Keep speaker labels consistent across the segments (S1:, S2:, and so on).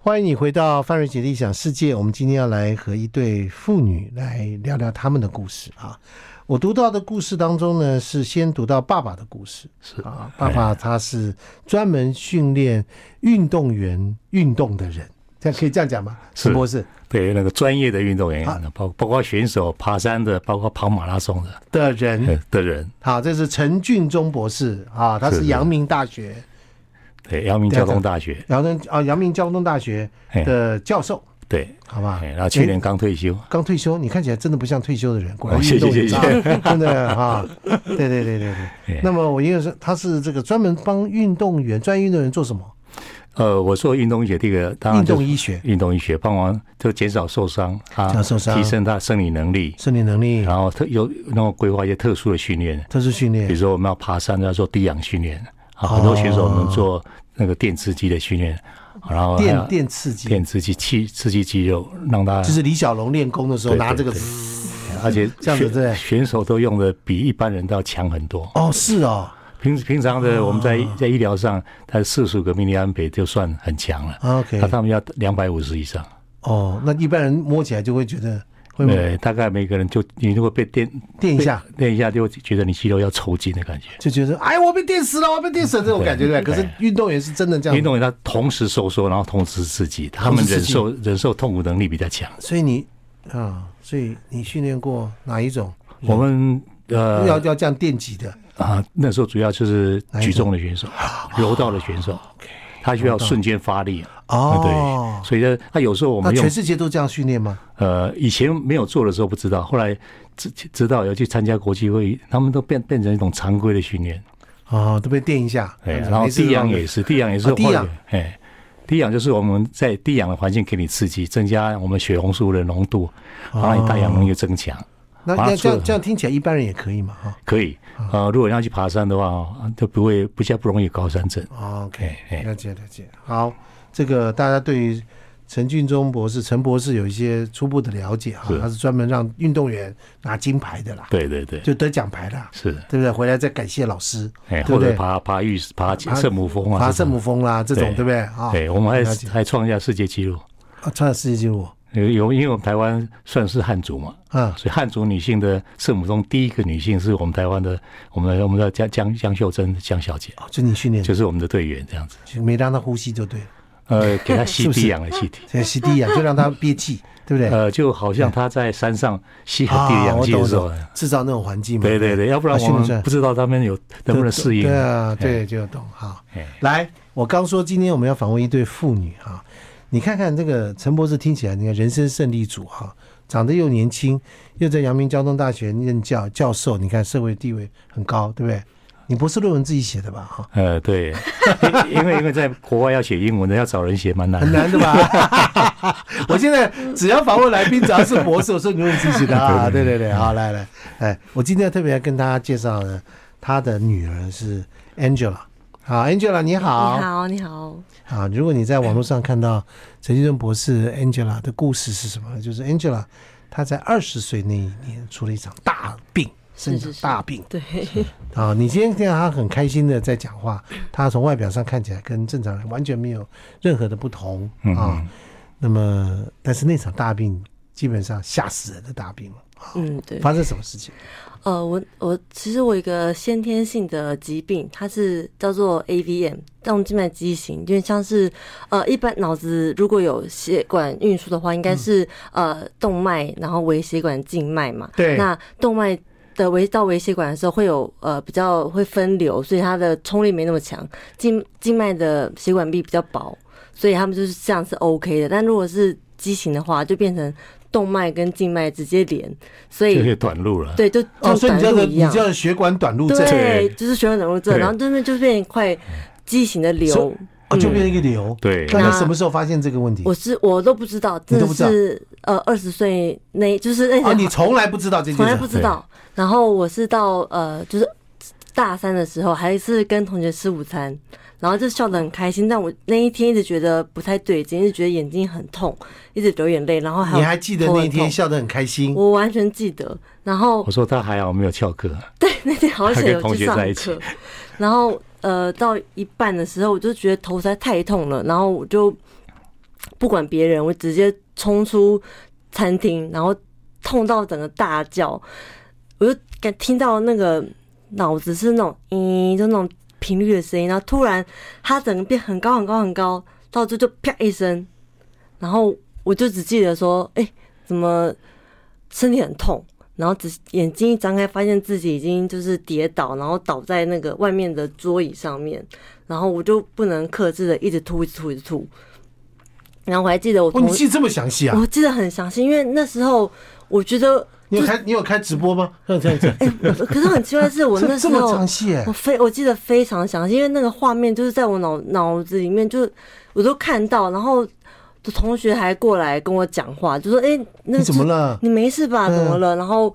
S1: 欢迎你回到范瑞杰的异想世界。我们今天要来和一对父女来聊聊他们的故事啊。我读到的故事当中呢，是先读到爸爸的故事
S2: 是
S1: 啊。爸爸他是专门训练运动员运动的人，这样可以这样讲吗？
S2: 是
S1: 石博士
S2: 对那个专业的运动员
S1: 啊，
S2: 包包括选手、爬山的，包括跑马拉松的
S1: 的人，
S2: 呃的人，
S1: 好，这是陈俊忠博士啊，他
S2: 是
S1: 是
S2: 是
S1: 阳明大学，
S2: 对，阳明交通大学，
S1: 阳明啊阳明交通大学
S2: 哎，
S1: 的教授，
S2: 对，
S1: 好吧？
S2: 哎，然后去年刚退休，
S1: 刚退休，你看起来真的不像退休的人，果然
S2: 哦
S1: 运动
S2: 谢谢
S1: 很
S2: 谢
S1: 差， 真的哈。对对对对对
S2: 哎。
S1: 那么我因为是他是这个专门帮运动员、专业运动员做什么？
S2: 呃，我做运动医学，第一个当
S1: 运
S2: 然就
S1: 动医学、
S2: 运动医学，帮忙就减少受伤
S1: 减少
S2: 啊，
S1: 受伤
S2: 提升他生理能力，
S1: 身体能力、
S2: 然后特有那种规划一些特殊的训练，
S1: 特殊训
S2: 比
S1: 练
S2: 如、说我们要爬山要做低氧训练
S1: 哦
S2: 啊，很多选手能做那个电刺激的训练，然后还有
S1: 电电刺激，
S2: 啊电刺激肌刺激肌肉，让他
S1: 就是李小龙练功的时候
S2: 对对
S1: 拿这个
S2: 对而且
S1: 这样子
S2: 选
S1: 对不对
S2: 选手都用的比一般人都要强很多。
S1: 哦，是哦，
S2: 平平常的我们在在医疗上，他四十五个命令安培就算很强了，
S1: OK
S2: 那他们要两百五十以上，
S1: 哦，那一般人摸起来就会觉得会
S2: 对，大概每个人就你如果被电
S1: 嗯电一下，
S2: 电一下就会觉得你肌肉要抽筋的感觉。
S1: 就觉得哎，我被电死了，我被电死了这种感觉对不对？可
S2: 对
S1: 是运动员是真的这样
S2: 运，动员他同时收缩，然后同时刺激，他们
S1: 同时
S2: 忍
S1: 刺激
S2: 受忍受痛苦能力比较强。
S1: 所以你啊，所以你训练过哪一种？
S2: 我们
S1: 要
S2: 呃
S1: 要这样电击的。
S2: 啊，那时候主要就是
S1: 哪一种
S2: 举重的选手、
S1: 哎
S2: 柔道的选手，他需要瞬间发力。
S1: 哦
S2: 啊对，所以呢，他有时候我
S1: 那
S2: 们用
S1: 全世界都这样训练吗？
S2: 呃，以前没有做的时候不知道，后来知知道有去参加国际会议，他们都变变成一种常规的训练。
S1: 哦，都被电一下。嗯
S2: 哎，
S1: 没事
S2: 然后低氧
S1: 就
S2: 也
S1: 让
S2: 是，低氧也是
S1: 啊低
S2: 后来
S1: 氧，
S2: 哎，低氧就是我们在低氧的环境给你刺激，增加我们血红素的浓度，
S1: 哦
S2: 让你大氧能力增强。
S1: 那
S2: 把它
S1: 那这
S2: 做
S1: 样这样听起来一般人也可以嘛哈。
S2: 可以，
S1: 哦
S2: 呃，如果要去爬山的话，哦就不会不像不容易有高山症。
S1: 哦 OK，
S2: 哎哎
S1: 了解了解。好，这个大家对于陈俊忠博士、陈博士有一些初步的了解哈，
S2: 是
S1: 他是专门让运动员拿金牌的啦，
S2: 对对对，
S1: 就得奖牌啦，
S2: 是，
S1: 对不对？回来再感谢老师，
S2: 哎，
S1: 对
S2: 或
S1: 不
S2: 者
S1: 对？
S2: 爬爬玉石爬
S1: 爬
S2: 圣母峰啊，
S1: 爬
S2: 这
S1: 圣
S2: 种
S1: 母峰啦，这种
S2: 对
S1: 对不对啊？
S2: 对，我们还
S1: 了解
S2: 还创下世界纪录。
S1: 啊创了世界纪录
S2: 有有，因为我们台湾算是汉族嘛，
S1: 啊，
S2: 所以汉族女性的圣母中第一个女性是我们台湾的，我们的我们的江江江秀珍江小姐，
S1: 哦就你训练的，
S2: 就是我们的队员这样子。
S1: 就没让他呼吸就对了，
S2: 呃，给她吸
S1: 是不是
S2: 低氧的气体，
S1: 这吸地啊氧就让他憋气，对不对？
S2: 呃，就好像她在山上吸很低的
S1: 啊
S2: 氧
S1: 我
S2: 气
S1: 懂
S2: 的时
S1: 我
S2: 候，
S1: 懂制造那种环境嘛。
S2: 对对对，要不然
S1: 啊训
S2: 我
S1: 练出来
S2: 们不知道他们有能不能适应。
S1: 对啊，对，就懂哈。来，我刚说今天我们要访问一对父女哈、你看看这个陈博士，听起来你看人生胜利组哈、长得又年轻，又在阳明交通大学任教教授，你看社会地位很高，对不对？你博士论文自己写的吧？哈，
S2: 呃，对， 因因为因为在国外要写英文的，要找人写蛮难
S1: 很
S2: 的。
S1: 难的 吧？我现在只要访问来宾，只要是博士，我说你问自己的啊， 对对对，好，来来，哎，我今天特别跟大家介绍的，他的女儿是 Angela，好，Angela 你好，
S3: 你好，你好，
S1: 啊，如果你在网络上看 到陈金正博士 Angela 的故事是什么呢？就是 Angela 她在二十岁那一年出了一场大病，生一场
S3: 是是
S1: 大病
S3: 对，
S1: 啊！你今天看到她很开心的在讲话，她从外表上看起来跟正常人完全没有任何的不同啊。那么，但是那场大病基本上吓死人的大病了，
S3: 嗯，对，
S1: 发生什么事情？
S3: 呃，我我其实我有一个先天性的疾病，它是叫做 AVM 动静脉畸形，有点像是呃，一般脑子如果有血管运输的话，应该是、呃动脉，然后微血管、静脉嘛，
S1: 对
S3: 那动脉。的微到微血管的时候会有呃比较会分流，所以它的冲力没那么强，静静脉的血管壁比较薄，所以他们就是这样是 OK 的。但如果是畸形的话，就变成动脉跟静脉直接连，所以
S2: 就是短路了。
S3: 对，就
S1: 哦，
S3: 像
S1: 所以你叫
S3: 短
S1: 做
S3: 路一
S1: 你
S3: 样，
S1: 叫做血管短路症，
S3: 对，就是血管短路症，
S2: 对
S3: 然后这边就变成一块畸形的
S1: 所
S3: 瘤。
S1: 哦，就变成一个瘤。
S2: 对
S1: 那
S3: 那
S1: 你什么时候发现这个问题？
S3: 我是我都不知道，
S1: 你
S3: 真
S1: 都
S3: 的
S1: 不知道
S3: 是呃二十岁那，就是那
S1: 啊，你从来不知道这件事，
S3: 从来不知道。然后我是到呃就是大三的时候，还是跟同学吃午餐，然后就笑得很开心。但我那一天一直觉得不太对劲，一直觉得眼睛很痛，一直流眼泪，然后还有
S1: 你还记得
S3: 头
S1: 那一
S3: 很
S1: 天
S3: 痛
S1: 笑得很开心？
S3: 我完全记得。然后
S2: 我说他还好没有翘课，
S3: 那天好险有去
S2: 还
S3: 上
S2: 跟同学
S3: 课，然后呃到一半的时候，我就觉得头实在太痛了，然后我就不管别人，我直接冲出餐厅，然后痛到整个大叫，我就感听到那个脑子是那种嗯，就那种频率的声音，然后突然它整个变很高很高很高，到这就啪一声，然后我就只记得说，哎、怎么身体很痛。然后只眼睛一张开，发现自己已经就是跌倒，然后倒在那个外面的桌椅上面，然后我就不能克制的一直吐，一直吐，一直吐。然后我还记得我
S1: 哦，
S3: 同
S1: 你记得这么详细啊？
S3: 我记得很详细，因为那时候我觉得，
S1: 你有开你有开直播吗？这样这样这样
S3: 哎、可是很奇怪的是，我那
S1: 这
S3: 时
S1: 这么
S3: 候
S1: 详细哎
S3: 我，非我记得非常详细，因为那个画面就是在我脑脑子里面就，我都看到，然后同学还过来跟我讲话，就说：“哎、那
S1: 你怎么
S3: 了？
S1: 了？
S3: 你没事吧？
S1: 嗯
S3: 怎么了？”然后。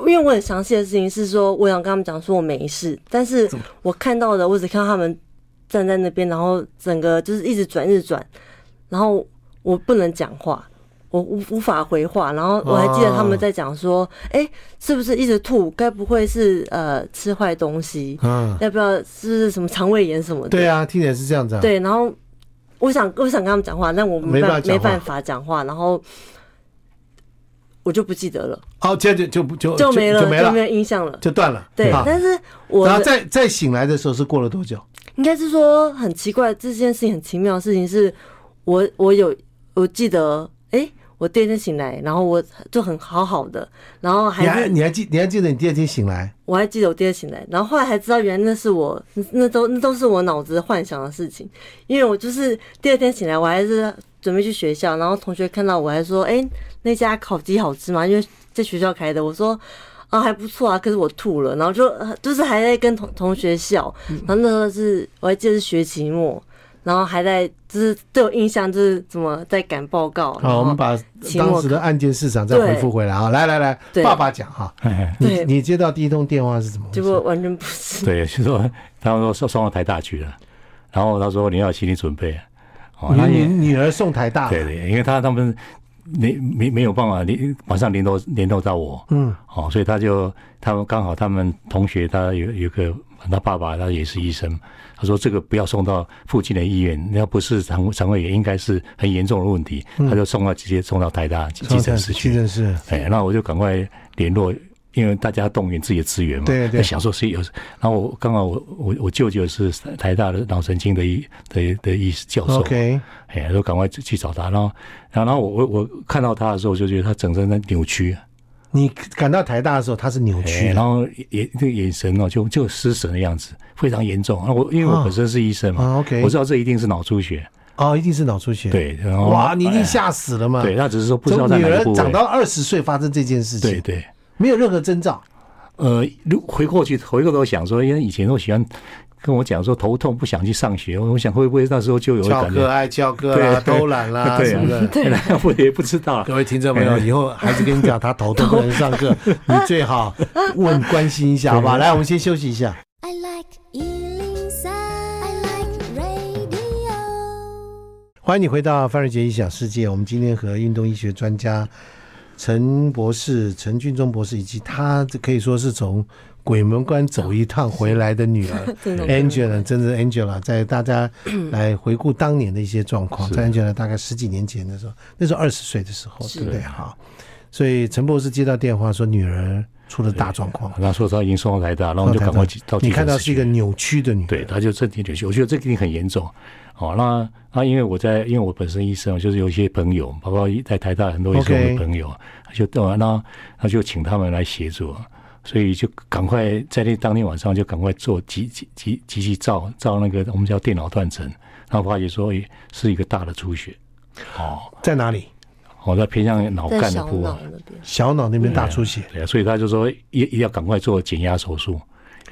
S3: 因为我很详细的事情是说，我想跟他们讲说我没事，但是
S1: 怎么
S3: 我看到的，我只看到他们站在那边，然后整个就是一直转，一直转，然后我不能讲话，我无无法回话，然
S1: 哦
S3: 后我还记得他们在讲说，哎、是不是一直吐？该不会是呃吃坏东西？
S1: 嗯，
S3: 要不要是不是什么肠胃炎什么的？
S1: 对啊，听起来是这样子啊。，
S3: 对，然后我想我想跟他们讲话，但我
S1: 没
S3: 没
S1: 办法
S3: 办
S1: 讲
S3: 没
S1: 话
S3: 办法讲话，然后我就不记得了，
S1: 哦，这样就就不就
S3: 就没了，
S1: 就没了，
S3: 有印象了。
S1: 就断了。
S3: 对
S1: 啊，
S3: 但是我
S1: 然后再再醒来的时候是过了多久？
S3: 应该是说很奇怪，这件事情很奇妙的事情是，我我有我记得，哎、我第二天醒来，然后我就很好好的，然后还
S1: 你
S3: 是
S1: 还你还记你还记得你第二天醒来？
S3: 我还记得我第二天醒来，然后后来还知道原来那是我那那都那都是我脑子幻想的事情，因为我就是第二天醒来，我还是准备去学校，然后同学看到我还说，哎、那家烤鸡好吃吗？因为在学校开的，我说。啊，还不错啊，可是我吐了，然后就呃就是还在跟同同学笑，
S1: 嗯
S3: 然后那时候是我还记得是学期末，然后还在就是对我印象就是怎么在赶报告，然
S1: 好，
S3: 后
S1: 我们把
S3: 期末
S1: 当时的案件市场再
S3: 哦对
S1: 回复回来啊。来来来，
S3: 对
S1: 爸爸讲哈，
S2: 嘿
S1: 你
S3: 对
S1: 你接到第一通电话是怎么回
S3: 结
S1: 事？
S3: 果完全不是，
S2: 对，就说他们说送送到台大去了，然后他说你要有心理准备，哦，他
S1: 你
S2: 也
S1: 你女儿送台大，
S2: 对对，因为他他们没没没有办法联马上联络联络到我，
S1: 嗯，
S2: 哦，所以他就他们刚好他们同学他有有一个他爸爸他也是医生，他说这个不要送到附近的医院，那不是肠肠胃炎，应该是很严重的问题，他就送到直接嗯送到台大急急诊室
S1: 急
S2: 去。
S1: 诊室，
S2: 哎，那我就赶快联络，因为大家动员自己的资源嘛，
S1: 对对
S2: 那想说是有，然后我刚好我我我舅舅是台大的脑神经的医的的医师教授
S1: OK，
S2: 哎，就赶快去去找他，然后，然后我我我看到他的时候，就觉得他整个人在扭曲，
S1: 你赶到台大的时候，他是扭曲
S2: 哎然
S1: 的
S2: 后眼这个眼神哦，就就失神的样子，非常严重。那我因为我本身是医生嘛，
S1: 啊，OK，
S2: 我知道这一定是脑出血，
S1: 哦，一定是脑出血。，
S2: 对，然后
S1: 哇，你一定
S2: 哎
S1: 吓死了嘛？
S2: 对，，那只是说不知
S1: 从
S2: 道在
S1: 女
S2: 哪
S1: 儿
S2: 个部
S1: 长
S2: 位，
S1: 到二十岁发生这件事
S2: 对
S1: 情，
S2: 对。
S1: 没有任何征兆。
S2: 呃，如回过去回过头想说，因为以前都喜欢跟我讲说头痛不想去上学，我想会不会那时候就有
S1: 翘
S2: 感
S1: 课
S2: 觉，
S1: 爱翘课啦，
S2: 对
S1: 偷懒啦，
S2: 对
S1: 什么
S2: 啊哎
S1: 的。，
S2: 那我也不知道，
S1: 各位听众朋友，以后孩子跟你讲他头痛不能上课，你最好问关心 一下，好吧？来，我们先休息一下。
S4: I like Ealing Sound. I like radio.
S1: 欢迎你回到范瑞杰异想世界。我们今天和运动医学专家陈博士、陈俊忠博士，以及他这可以说是从鬼门关走一趟回来的女儿
S3: 真的
S1: 哎 Angela，真的 Angela，在大家来回顾当年的一些状况。在 Angela 大概十几年前的时候，那时候二十岁的时候，对不对？好，所以陈博士接到电话说女儿出了大状况，
S2: 那说他已经送到台大，然后我们就赶快去到 急
S1: 你看
S2: 诊
S1: 到
S2: 室
S1: 是一
S2: 去
S1: 个扭曲的女儿，
S2: 对，他就身体扭曲，我觉得这个一定很严重。哦，那那因为我在，因为我本身医生，就是有一些朋友，包括在台大很多医生
S1: OK
S2: 的朋友就就哦那那就请他们来协助，所以就赶快在那当天晚上就赶快做集集集集体照照那个我们叫电脑断层，然后发觉说诶是一个大的出血，哦，
S1: 在哪里？
S2: 哦，在偏向脑
S3: 在
S2: 干的
S3: 小
S2: 部位
S3: 脑，那边，
S1: 小脑那边大出血。
S2: 对啊，所以他就说一一定要赶快做减压手术，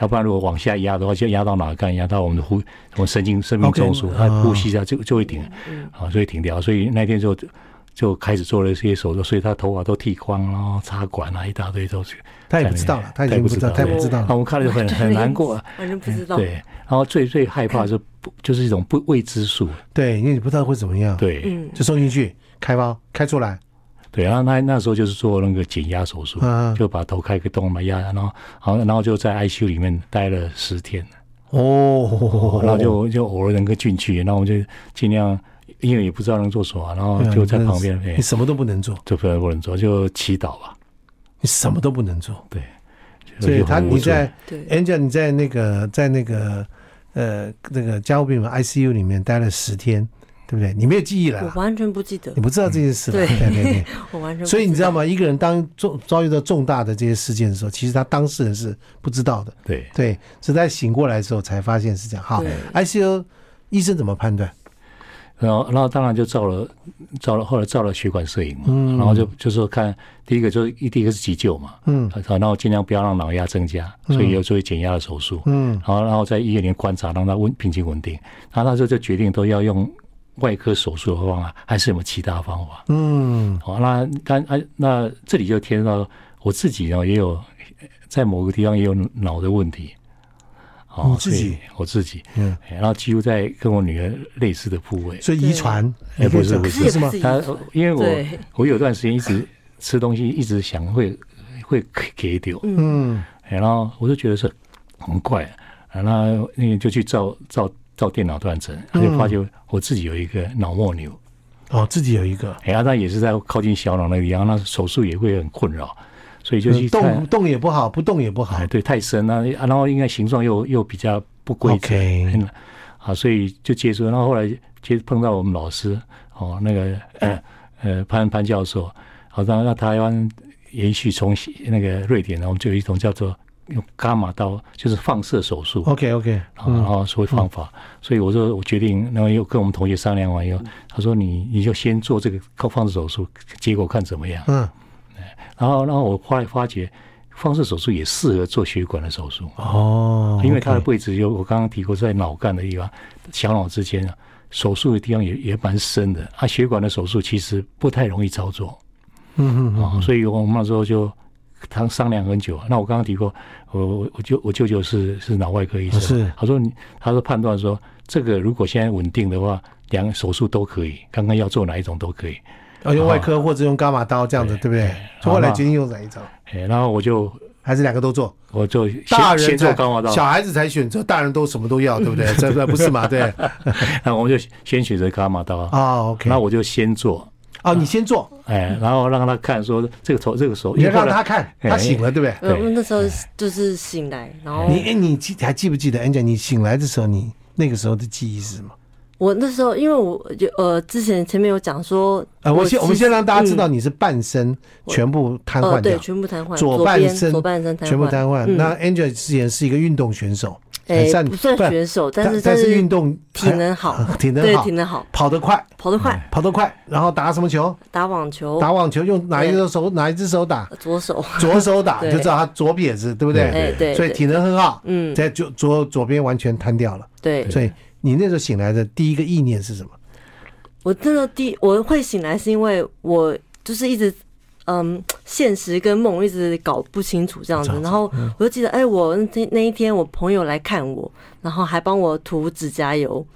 S2: 要不然如果往下压的话，就压到哪干，压到我们的呼，我们神经生命中枢，
S1: OK，嗯
S2: 它
S1: 啊
S2: 呼吸下就就会停，啊，所以停掉。所以那天就就开始做了一些手术，所以他头发都剃光了，插管啊，一大堆都是。
S1: 他也不知道了，他已
S2: 他也
S1: 经不
S2: 不
S1: 知道，
S2: 知道
S1: 他也不知道了
S2: 那。我们看了就很很难过， 啊
S3: 完全不知道。
S1: 嗯
S2: 对。 然后最最害怕是不就是一种不未知数，
S1: 对，因为你不知道会怎么样，，
S2: 对，
S3: 嗯，
S1: 就送进去开包开出来，
S2: 对，然后那那时候就是做那个减压手术，
S1: 嗯
S2: 就把头开个洞嘛压，然后好，然后就在 ICU 里面待了十天，
S1: 哦，
S2: 然后就就偶尔能够进去，然后我们就尽量因为也不知道能做什么，然后
S1: 对啊
S2: 就在旁
S1: 你
S2: 边，
S1: 不能
S2: 哎
S1: 你，什么都不能做，
S2: 就不能不能做，就祈祷吧。
S1: 你什么都不能做。
S2: 对，就
S1: 所以
S2: 就
S1: 他
S2: 很无
S1: 你
S2: 助
S1: 在
S3: 对，
S1: Angel 你在那个在那个呃那个加护病房 ICU 里面待了十天，对不对？你没有记忆了
S3: 我
S1: 啦，
S3: 完全不记得
S1: 你，不知道这件事吧？
S3: 对
S1: 对对。
S3: 我完全不
S1: 嗯所以你知道
S3: 道？
S1: 吗？一个人当重遭遇到重大的这些事件的时候，其实他当事人是不知道的，
S2: 对
S1: 对，是在醒过来的时候才发现是这样。好
S3: 对
S1: ，ICU 医生怎么判断？
S2: 然后，然后当然就照了，照了，后来照了血管摄影嘛，然后就就说看第一个就是第一个是急救嘛，
S1: 嗯
S2: 啊然后尽量不要让脑压增加，所以有做减压的手术，
S1: 嗯
S2: 然后然后在医院里面观察，让他稳病情稳定。然后那时候就决定都要用外科手术的方法，还是有没有其他方法？
S1: 嗯
S2: 好，那那那那这里就牵涉到我自己呢，也有在某个地方也有脑的问题。哦
S1: 你自己，
S2: 所以我自己，
S1: 嗯，
S2: 哎然后几乎在跟我女儿类似的部位，
S1: 所以遗传
S2: 哎
S1: 你可以
S2: 不是
S1: 讲
S2: 不
S3: 是
S1: 是吗
S3: 不？是
S2: 他因为
S3: 对
S2: 我我有段时间一直吃东西，一直想会会给丢，
S1: 嗯
S2: 然后我就觉得是很怪，然后那个就去照照照电脑断层，他就发觉我自己有一个脑膜瘤，
S1: 哦，自己有一个，
S2: 哎呀，那也是在靠近小脑那个地方，那手术也会很困扰，所以就去
S1: 动
S2: 看，
S1: 动也不好，不动也不好
S2: 哎，。对，太深了、啊然后应该形状又又比较不规则
S1: OK
S2: 嗯啊，所以就接触，然后后来接碰到我们老师哦，那个呃呃潘潘教授，好、啊，那那台湾延续从那个瑞典呢，我们就有一种叫做用伽马刀，就是放射手术。
S1: OK OK，
S2: 啊，然后所以方法，所以我说我决定，然后又跟我们同学商量完以后，他说你你就先做这个放放射手术，结果看怎么样。
S1: 嗯，
S2: 然后然后我后来发觉，放射手术也适合做血管的手术，
S1: 哦，
S2: 因为它的
S1: OK
S2: 位置有我刚刚提过，在脑干的地方，小脑之间啊，手术的地方也也蛮深的。啊，血管的手术其实不太容易操作
S1: 嗯嗯
S2: 啊，所以我们那时候就。他商量很久，那我刚刚提过，我我我舅我舅舅是是脑外科医生，
S1: 哦是
S2: 他说你他说判断说这个如果现在稳定的话，两个手术都可以，刚刚要做哪一种都可以，
S1: 哦，用外科或者用伽马刀这样子，对不对？所以后来决定用哪一种，
S2: 哎，然后我就
S1: 还是两个都做？
S2: 我就先
S1: 大人
S2: 先做
S1: 才
S2: 高毛刀，
S1: 小孩子才选择，大人都什么都要，对不 对？这不不是嘛？对，
S2: 那 我们就先选择伽马刀啊。
S1: 哦，OK，
S2: 那我就先做，
S1: 哦，你先 做，
S2: 哎，然后让他看说这个头这个手，
S1: 你
S2: 因
S1: 要
S2: 为后
S1: 让
S2: 来
S1: 他看，
S2: 哎
S1: 他醒了，对不对？嗯
S3: 呃
S2: 对
S3: 那时候就是醒来，然后
S1: 你哎，你记还记不记得 a n g e 你醒来的时候，你那个时候的记忆是什么？
S3: 我那时候因为我就呃之前前面有讲说，
S1: 呃，我
S3: 其
S1: 先
S3: 实
S1: 我们先让大家知道
S3: 嗯
S1: 你是半身全部瘫痪
S3: 呃对
S1: 掉，
S3: 全部瘫痪，
S1: 左
S3: 边
S1: 半身
S3: 左半身
S1: 全部瘫痪。
S3: 嗯
S1: 那 a n g e 之前是一个运动选手，
S3: 哎
S1: 很善
S3: 不算
S1: 不
S3: 选手，但是
S1: 但
S3: 但
S1: 是运动
S3: 体能好
S1: 还 体能
S3: 对
S1: 好，
S3: 体能好，
S1: 跑得快，
S3: 跑得快，
S1: 跑得快，然后打什么球？
S3: 打网球，
S1: 打网球用哪一
S3: 哦对
S1: 个手哪一只手 打？
S3: 左手，
S1: 左手打
S3: 对
S1: 就知道他左撇子，对不对？
S3: 哎对，
S1: 所以
S3: 对
S1: 体能很好，
S3: 嗯
S1: 在左左左边完全瘫掉了。
S3: 对，
S1: 所以你那时候醒来的第一个意念是什么？
S3: 我真的第我会醒来是因为我就是一直。嗯，现实跟梦一直搞不清楚这样子，然后我就记得，哎、我那天那一天我朋友来看我，然后还帮我涂指甲油，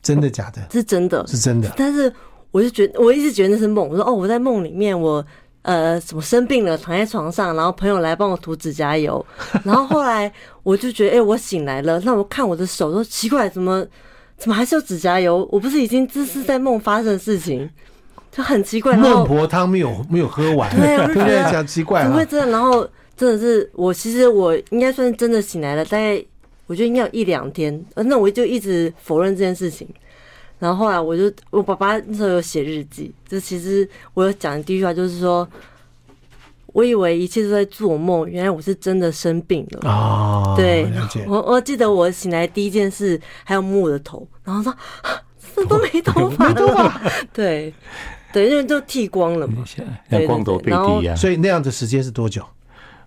S1: 真的假的？
S3: 是真的，
S1: 是真的。
S3: 但是我就觉得，我一直觉得那是梦。我说哦，我在梦里面我呃什么生病了，躺在床上，然后朋友来帮我涂指甲油，然后后来我就觉得，哎、我醒来了。那我看我的手，说奇怪，怎么怎么还是有指甲油？我不是已经这是在梦发生的事情，就很奇怪。然
S1: 孟
S3: 后
S1: 婆汤没有没有喝完，
S3: 对我
S1: 不
S3: 就
S1: 对
S3: 觉？得
S1: 讲奇怪
S3: 怎么
S1: 了
S3: 会。这样？然后真的是我，其实我应该算是真的醒来了，大概我觉得应该有一两天，呃那我就一直否认这件事情。然后后来我就，我爸爸那时候有写日记，就其实我有讲的第一句话就是说，我以为一切都在做梦，原来我是真的生病了。
S1: 哦，
S3: 对
S1: 了解，。
S3: 我我记得我醒来第一件事还有摸我的头，然后说、啊、这都没头发，没头发， 对对，因为都剃光了嘛，
S2: 像
S3: 对
S2: 像
S3: 对
S2: 光头
S3: 对
S2: 被
S3: 然后
S2: 低啊，
S1: 所以那样的时间是多久？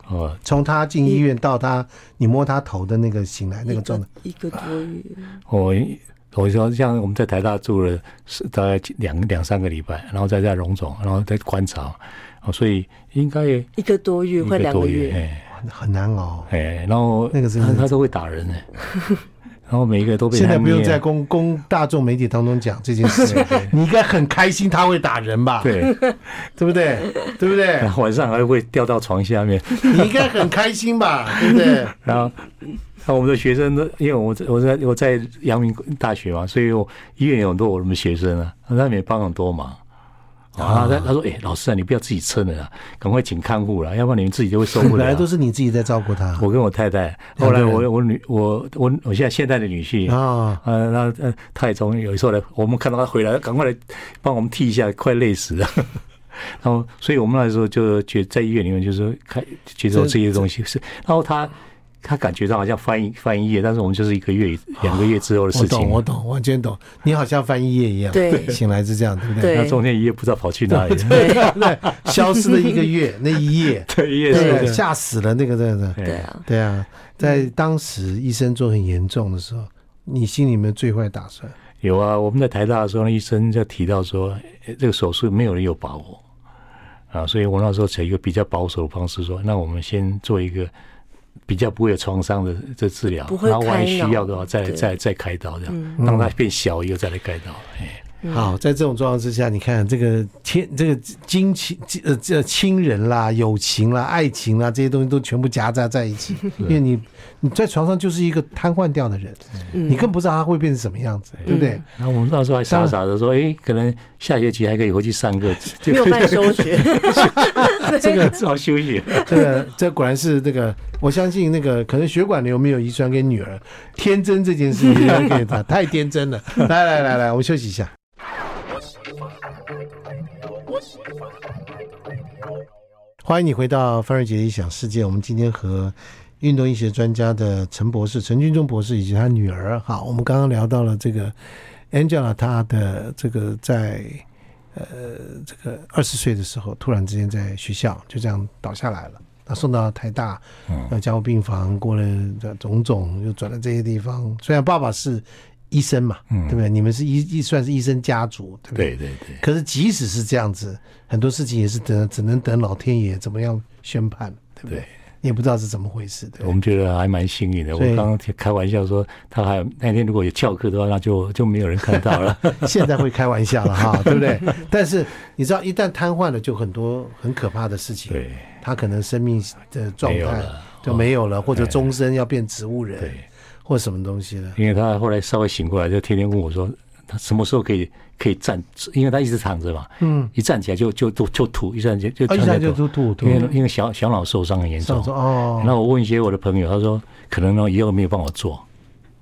S2: 哦，
S1: 从他进医院到他你摸他头的那个醒来那个状态，
S3: 一个多月。
S2: 我我说像我们在台大住了是大概两两三个礼拜，然后再在荣总，然后再观察，哦，所以应该一
S3: 一个多月，快
S2: 个
S3: 两
S2: 多
S3: 个月。
S2: 哎
S1: 很难熬。
S2: 哎，然后
S1: 那个真
S2: 他
S1: 的
S2: 他都会打 人呢，然后每一个都被
S1: 现在
S2: 他
S1: 不用
S2: 捏
S1: 在公 公大众媒体当中讲这件事情， 你应该很开心他会打人吧？，
S2: 对，
S1: 对不对？对不对？
S2: 晚上还会掉到床下面，
S1: 你应该很开心吧？对不对？
S2: 然后那我们的学生呢？因为我在我在我在阳明大学嘛，所以我医院有很多我们学生啊，他们也帮很多忙。啊，他他说：“哎、老师啊，你不要自己撑了啦，赶快请看护了，要不然你们自己就会受不
S1: 本
S2: 了。”
S1: 来都是你自己在照顾他
S2: 我跟我太太，
S1: 两
S2: 后
S1: 个
S2: 来
S1: 人
S2: 我我女我我我现在现在的女婿
S1: 啊，
S2: 呃，那呃，他也从有时候来，我们看到他回来，赶快来帮我们剃一下，快累死了。 然后，所以我们那时候就觉在医院里面就是开接受这些东西是，然后他他感觉到好像翻译翻译页，但是我们就是一个月两个月之后的
S1: 我
S2: 事
S1: 懂，
S2: 情，
S1: 我懂，完全懂。你好像翻译页一样，
S3: 对
S1: 醒来是这样，对不对？
S3: 对
S2: 那中间一夜不知道跑去哪里，
S1: 对，消失了一个月，那一夜，
S2: 对，一夜是
S1: 对，
S2: 的
S1: 吓死了那个真的。
S3: 对啊，
S1: 对啊，在当时医生做很严重的时候，你心里面最坏打算，
S2: 有啊，我们在台大的时候，那医生就提到说，诶这个手术没有人有把握啊，所以我那时候采一个比较保守的方式说，那我们先做一个比较不会有创伤的这治疗，
S3: 不会
S2: 然后万一
S3: 开脑
S2: 需要的话，再
S3: 对
S2: 再再开刀这样，让它变小以后再来开刀。哎，
S1: 好，在这种状况之下，你看这个天，这个亲情、呃这亲人啦、友情啦、爱情啦，这些东西都全部夹杂在一起，因为你你在床上就是一个瘫痪掉的人，你更不知道他会变成什么样子，对不对？
S2: 然后我们那时候还傻傻的说，哎，可能下学期还可以回去上课，就
S3: 没有办休学，
S2: 这个至少休息。
S1: 这个这果然是这个，我相信那个可能血管瘤没有遗传给女儿，天真这件事情遗传给她，太天真了。来来来来，我们休息一下。欢迎你回到范瑞杰理想世界。我们今天和运动医学专家的陈博士、陈俊忠博士以及他女儿，好，我们刚刚聊到了这个 Angela 她的这个在呃这个二十岁的时候，突然之间在学校就这样倒下来了。那送到台大，呃，加护病房，过了这种种，又转到这些地方。虽然爸爸是医生嘛，对不对？你们是医医算是医生家族，对不
S2: 对对对。
S1: 可是即使是这样子，很多事情也是等，只能等老天爷怎么样宣判，对不对？
S2: 对
S1: 你也不知道是怎么回事，对不
S2: 我
S1: 对？
S2: 们觉得还蛮幸运的。我
S1: 所以
S2: 刚刚开玩笑说，他还那天如果有翘课的话，那就就没有人看到了。
S1: 现在会开玩笑了哈，对不对？但是你知道，一旦瘫痪了，就很多很可怕的事情。
S2: 对，
S1: 他可能生命的状
S2: 没有
S1: 态
S2: 了哦
S1: 就没有了，或者终身要变植物人
S2: 对，
S1: 或什么东西了。
S2: 因为他后来稍微醒过来，就天天问我说，他什么时候可以可以站？因为他一直躺着嘛，嗯，一站起来就就就就吐，一站起来就嗯
S1: 啊一
S2: 躺
S1: 下
S2: 起来
S1: 就吐吐吐
S2: 因为因为小小脑受伤很严
S1: 上
S2: 重
S1: 说。哦，
S2: 那我问一些我的朋友，他说可能呢以后没有办法
S1: 嗯
S2: 做，哦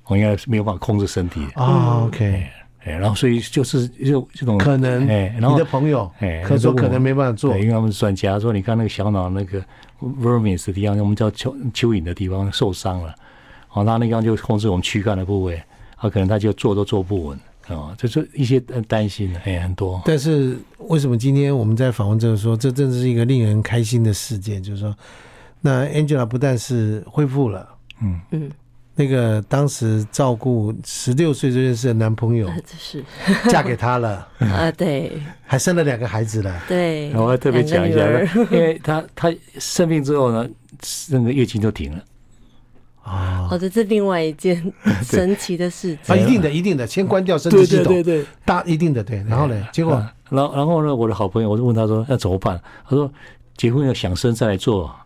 S2: 我应该是没有办法控制身体。
S1: 啊，OK，
S2: 哎，然后所以就是就这种
S1: 可能
S2: 哎，然
S1: 你
S2: 后
S1: 的朋友
S2: 哎，
S1: 可说可能没办法做
S2: 对，因为他们是专家说，你看那个小脑那个 vermis 的地方，我们叫蚯蚯蚓的地方受伤了，哦，那那地方就控制我们躯干的部位，啊，可能他就坐都坐不稳，啊、这就是一些呃担心的，哎，很多，
S1: 但是为什么今天我们在访问这个说，这真是一个令人开心的事件？就是说，那 Angela 不但是恢复了，
S2: 嗯
S3: 嗯，
S1: 那个当时照顾十六岁就认识的男朋 友
S3: 就是
S1: 嫁给他了，
S3: 啊，对
S1: 还生了两个孩子了。
S3: 对，
S2: 然后我要特别讲一下
S3: 两个女，
S2: 因为他他生病之后呢，那个月经就停了，
S1: 啊、
S3: 哦，这是另外 一件神奇的事
S1: 啊，
S3: 情。
S1: 一定的，一定的，先关掉生殖系统，
S2: 对。
S1: 大一定的对。然后呢，结果
S2: 啊然后然后呢，我的好朋友，我就问他说，那怎么办？他说，结婚要想生再来做，啊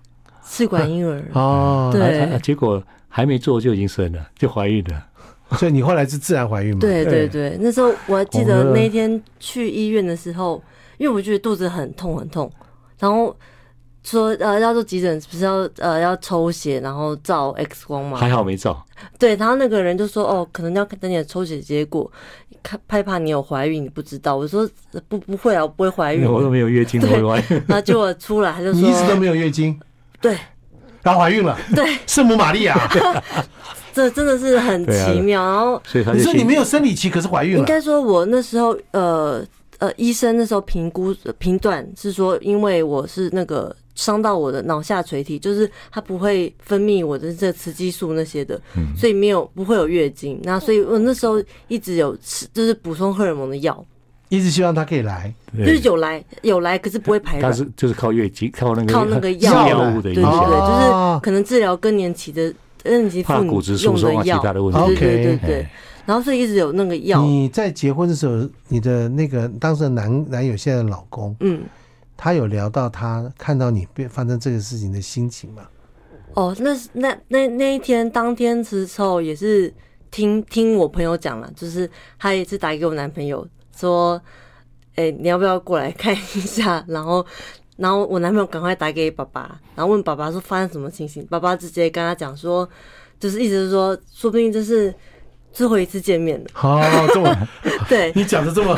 S3: 试管婴儿，
S1: 哦，
S3: 对
S2: 啊啊结果还没做就已经生了，就怀孕了。
S1: 所以你后来是自然怀孕嘛？
S3: 对对
S2: 对
S3: 对，那时候我还记
S2: 我
S3: 得
S2: 们
S3: 那一天去医院的时候，因为我觉得肚子很痛很痛，然后说呃要做急诊，不是要呃要抽血，然后照 X 光嘛。
S2: 还好没照，
S3: 对，然后那个人就说哦，可能要等你的抽血结果，看害怕你有怀孕，你不知道。我说呃不不会啊，我不会怀
S2: 因
S3: 孕
S2: 为。我都没有月经，
S3: 对
S2: 我怀孕。
S3: 然后结果出来他就
S1: 你一直都
S3: 说
S1: 没有月经，
S3: 对。
S1: 然后怀孕了，
S3: 对，
S1: 圣母玛利亚。
S3: 这真的是很
S2: 对啊
S3: 奇妙，然后
S2: 所以他就
S1: 你说你
S2: 信
S1: 没有生理期，可是怀孕
S3: 应
S1: 了。
S3: 该说，我那时候呃呃，医生那时候评估呃评断是说，因为我是那个伤到我的脑下垂体，就是它不会分泌我的这雌激素那些的，
S1: 嗯
S3: 所以没有不会有月经。那所以我那时候一直有吃，就是补充荷尔蒙的药，
S1: 一直希望他可以来，
S2: 对
S3: 就是有来有来，可是不会排
S2: 他
S3: 卵。
S2: 是就是靠月经，靠那个
S3: 靠那个
S1: 药
S2: 药物的
S3: 对
S2: 影
S3: 对对，
S2: 响，
S1: 哦
S3: 就是可能治疗更年期的更年期妇
S2: 怕
S3: 女
S2: 骨质疏
S3: 用
S2: 松啊，其
S3: 药，
S2: 他的问
S1: 哦
S2: 题。
S3: 对
S1: OK
S3: 对对对
S2: 哎。
S3: 然后所以一直有那个药，
S1: 你在结婚的时候，你的那个当时的男男友现在的老公，
S3: 嗯，
S1: 他有聊到他看到你被发生这个事情的心情吗？
S3: 哦，那是那那那一天当天之后也是听听我朋友讲了，就是他也是打给我男朋友说，哎、你要不要过来看一下？然后然后我男朋友赶快打给爸爸，然后问爸爸说发生什么情形，爸爸直接跟他讲说，就是意思是说，说不定这是最后一次见面了，
S1: 好、这么，
S3: 对
S1: 你讲的这么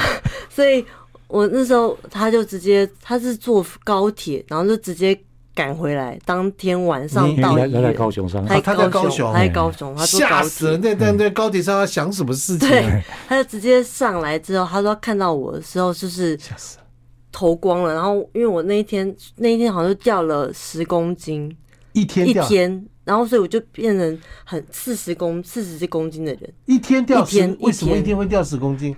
S3: 所以我那时候他就直接他是坐高铁，然后就直接赶回来，当天晚上
S2: 因
S3: 到
S2: 为
S3: 医
S2: 来来
S3: 院。
S2: 哦高雄上，
S3: 他
S1: 他在高雄
S3: 他在高雄，他坐
S1: 吓
S3: 高
S1: 死了，
S3: 铁，
S1: 那那那高铁上要想什么事情？啊
S3: 对，他就直接上来之后，他说他看到我的时候就是
S1: 吓死了，
S3: 头光了，然后因为我那一天那一天好像就掉了十公斤
S1: 一天
S3: 一
S1: 掉
S3: 天，然后所以我就变成很四十公四十公斤的人，
S1: 一天掉
S3: 一天
S1: 十，为什么
S3: 一天
S1: 一天会掉十公斤？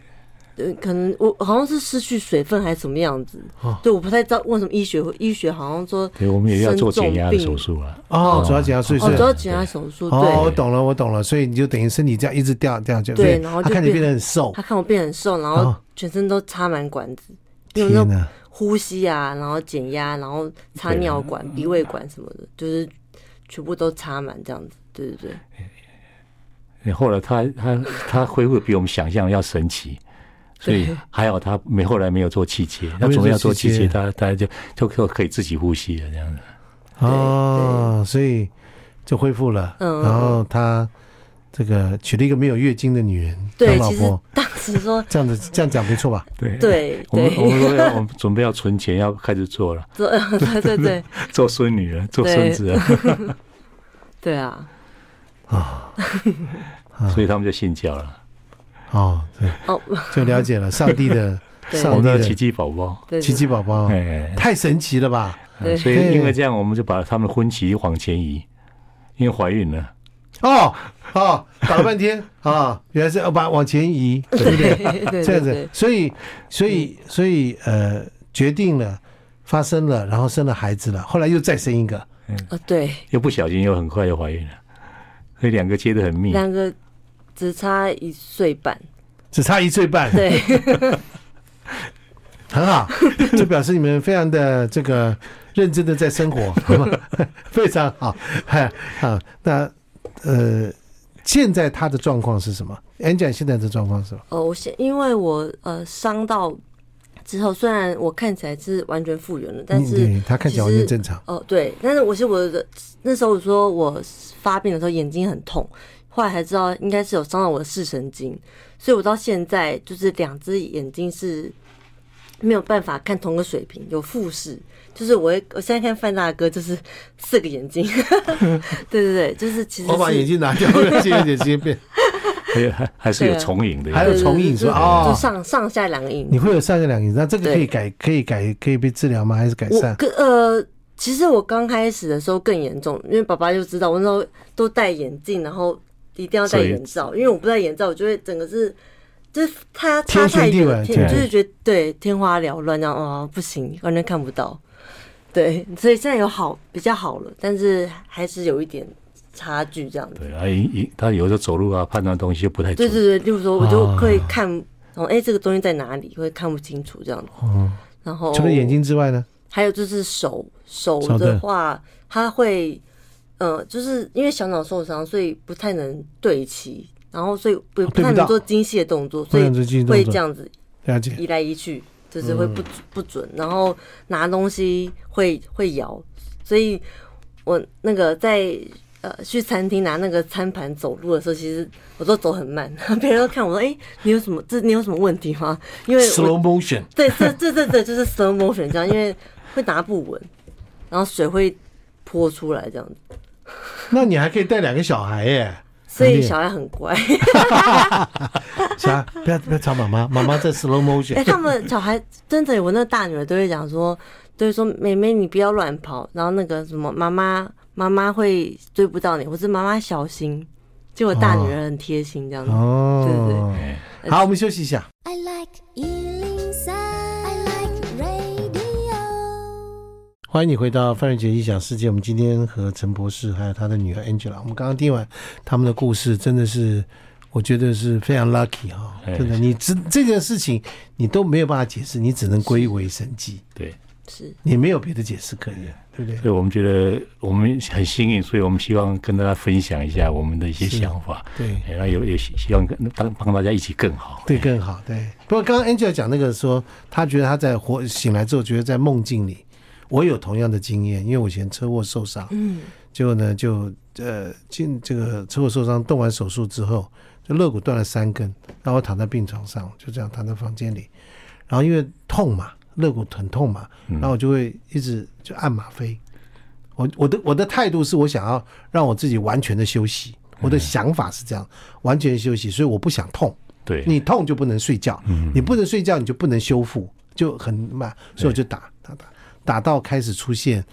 S3: 对，可能我好像是失去水分还是什么样子，
S1: 哦
S3: 对，我不太知道为什么医学医学好像说
S2: 对，我们也要做
S3: 生
S2: 减
S3: 重
S2: 压的手
S3: 病
S2: 术啊了。
S1: 哦，主要减压碎
S3: 哦，
S1: 碎
S3: 都。要减压手术，
S1: 哦，我
S3: 对，
S1: 懂了，我懂了，所以你就等于身体这样一直掉掉就
S3: 对然后
S1: 他
S3: 就
S1: 看你
S3: 变
S1: 变得很瘦
S3: 他，看我变很瘦，然后
S1: 哦
S3: 全身都插满管子，因为我那
S1: 天哪！
S3: 呼吸啊，然后减压，然后插尿管、鼻胃管什么的，就是全部都插满这样子。对对对，
S2: 后来他他他恢复得比我们想象要神奇，所以
S3: 对
S2: 还好他没后来没有做气切，他
S1: 没有
S2: 总要
S1: 做
S2: 做
S1: 气
S2: 气
S1: 切
S2: 切，他他就就就可以自己呼吸了这样子。
S1: 哦，所以就恢复了。
S3: 嗯
S1: 然后他这个娶了一个没有月经的女人当
S3: 对，
S1: 老
S3: 其实
S1: 婆，
S3: 当时 说
S1: 这样子这样讲没错 吧？
S2: 对
S3: 对
S2: 我们
S3: 对
S2: 我们说要我们准备要存钱，要开始做了，
S3: 做，对 对对
S2: 做孙女了，做孙子了，
S3: 对啊，
S2: 所以他们就信教了，
S1: 哦，对，
S3: 哦，
S1: 就了解了上帝的
S3: 对
S2: 我
S3: 哦
S1: 上
S2: 们
S1: 帝
S2: 叫奇
S1: 的
S2: 迹宝宝。
S3: 对
S1: 奇
S3: 对
S1: 迹宝宝，
S2: 哎，
S1: 太神奇了吧？
S3: 对
S2: 啊所
S1: 对
S2: 以因为这样，我们就把他们的婚期往前移，因为怀孕了。
S1: 哦哦，打了半天 啊，原来是要把往前移，对不对？
S3: 对对
S1: 这
S3: 对
S1: 样子
S3: 对，嗯
S1: 所以所以所以呃，决定了，发生了，然后生了孩子了，后来又再生一个，
S3: 哦，对，
S2: 又不小心，又很快就怀孕了，所以两个接得很密。
S3: 两个只差一岁半，
S1: 只差一岁半，
S3: 对
S1: 很好， 这表示你们非常的这个认真的在生活， 非常好。 哎啊，那呃，现在他的状况是什么？安讲现在的状况是什么？
S3: 哦，我现因为我呃伤到之后，虽然我看起来是完全复原了，但
S1: 你
S3: 是
S1: 你他看起来完全正常，
S3: 哦，对，但是我是我的那时候我说我发病的时候眼睛很痛，后来才知道应该是有伤到我的视神经，所以我到现在就是两只眼睛是没有办法看同个水平，有复视，就是我会我现在看范大哥就是四个眼睛， 对对对，就是其实
S1: 我把
S3: 是
S1: 眼镜拿掉，现在眼睛变，
S2: 还有还还是有
S3: 对啊
S2: 重影的，
S1: 还有重影是吧？
S3: 就
S1: 哦，
S3: 上上下两个影
S1: 你会有上下两个影，那这个可以
S3: 对
S1: 改，可以改，可以被治疗吗？还是改
S3: 我
S1: 善？
S3: 跟呃，其实我刚开始的时候更严重，因为爸爸就知道我那时候都戴眼镜，然后一定要戴
S2: 所以
S3: 眼罩，因为我不戴眼罩，我就会整个是。就是他
S1: 天
S3: 差
S1: 旋
S3: 太
S1: 地
S3: 远
S1: 转
S3: 了，
S1: 对
S3: 天就是觉得对天花缭乱，然后啊不行，完全看不到。对，所以现在有好比较好了，但是还是有一点差距这样子。
S2: 对啊，一一他有时候走路啊，判断东西就不太
S3: 对
S2: 准。
S3: 对对，例如说我就
S1: 啊
S3: 会看，然后哎、这个东西在哪里，会看不清楚这样子。然后
S1: 哦除了眼睛之外呢？
S3: 还有就是手手
S1: 手的
S3: 的话，它会呃，就是因为小脑受伤，所以不太能对齐，然后所以不
S1: 哦
S3: 不
S1: 对
S3: 太
S1: 不到
S3: 能做精细的动作，
S1: 不
S3: 所以
S1: 能做精细动
S3: 会
S1: 作嗯
S3: 这样子
S1: 了解。
S3: 移来移去，就是会不准不准，然后拿东西会会摇，所以我那个在。呃，去餐厅拿那个餐盘走路的时候，其实我都走很慢， 别人都看我说：“哎、你有什么？这你有什么问题吗？”因为我
S1: Slow motion，
S3: 对，这这这这就是 slow motion 这样，因为会拿不稳，然后水会泼出来这样子，
S1: 那你还可以带两个小孩耶。
S3: 所
S1: 很厉
S3: 以
S1: 害
S3: 小孩很乖。
S1: 啥？不要不要吵妈妈，妈妈在 slow
S3: 哎、
S1: motion。
S3: 他们小孩真的，我那大女儿都会讲说，都会说妹妹你不要乱跑，然后那个什么妈妈妈妈会追不到你，或是妈妈小心。结果大女儿很贴心这样子，
S1: 哦，好，我们休息一下。
S4: I like Ealing Sound. I like radio.
S1: 欢迎你回到范瑞杰异想世界。我们今天和陈博士还有他的女儿 Angela，我们刚刚听完他们的故事，真的是我觉得是非常 lucky 哈、
S2: 哎
S1: 真的，你这这件事情你都没有办法解释，你只能归为神迹。
S2: 对
S3: 是
S1: 也没有别的解释可言，对不对？
S2: 所以我们觉得我们很幸运，所以我们希望跟大家分享一下我们的一些
S1: 是
S2: 想法，
S1: 对
S2: 哎那有有希希望跟帮帮大家一起更好。
S1: 对，更好。对，不过刚刚 Angel 讲那个说，他觉得他在活醒来之后，觉得在梦境里，我有同样的经验，因为我以前车祸受伤，嗯，结果呢就呃进这个车祸受伤，动完手术之后，就肋骨断了三根，然后我躺在病床上，就这样躺在房间里，然后因为痛嘛，肋骨很痛嘛，然后我就会一直就按吗啡。我我的我的态度是我想要让我自己完全的休息，我的想法是这样，完全休息，所以我不想痛。
S2: 对，
S1: 你痛就不能睡觉，你不能睡觉你就不能修复，就很慢，所以我就打打打打到开始出现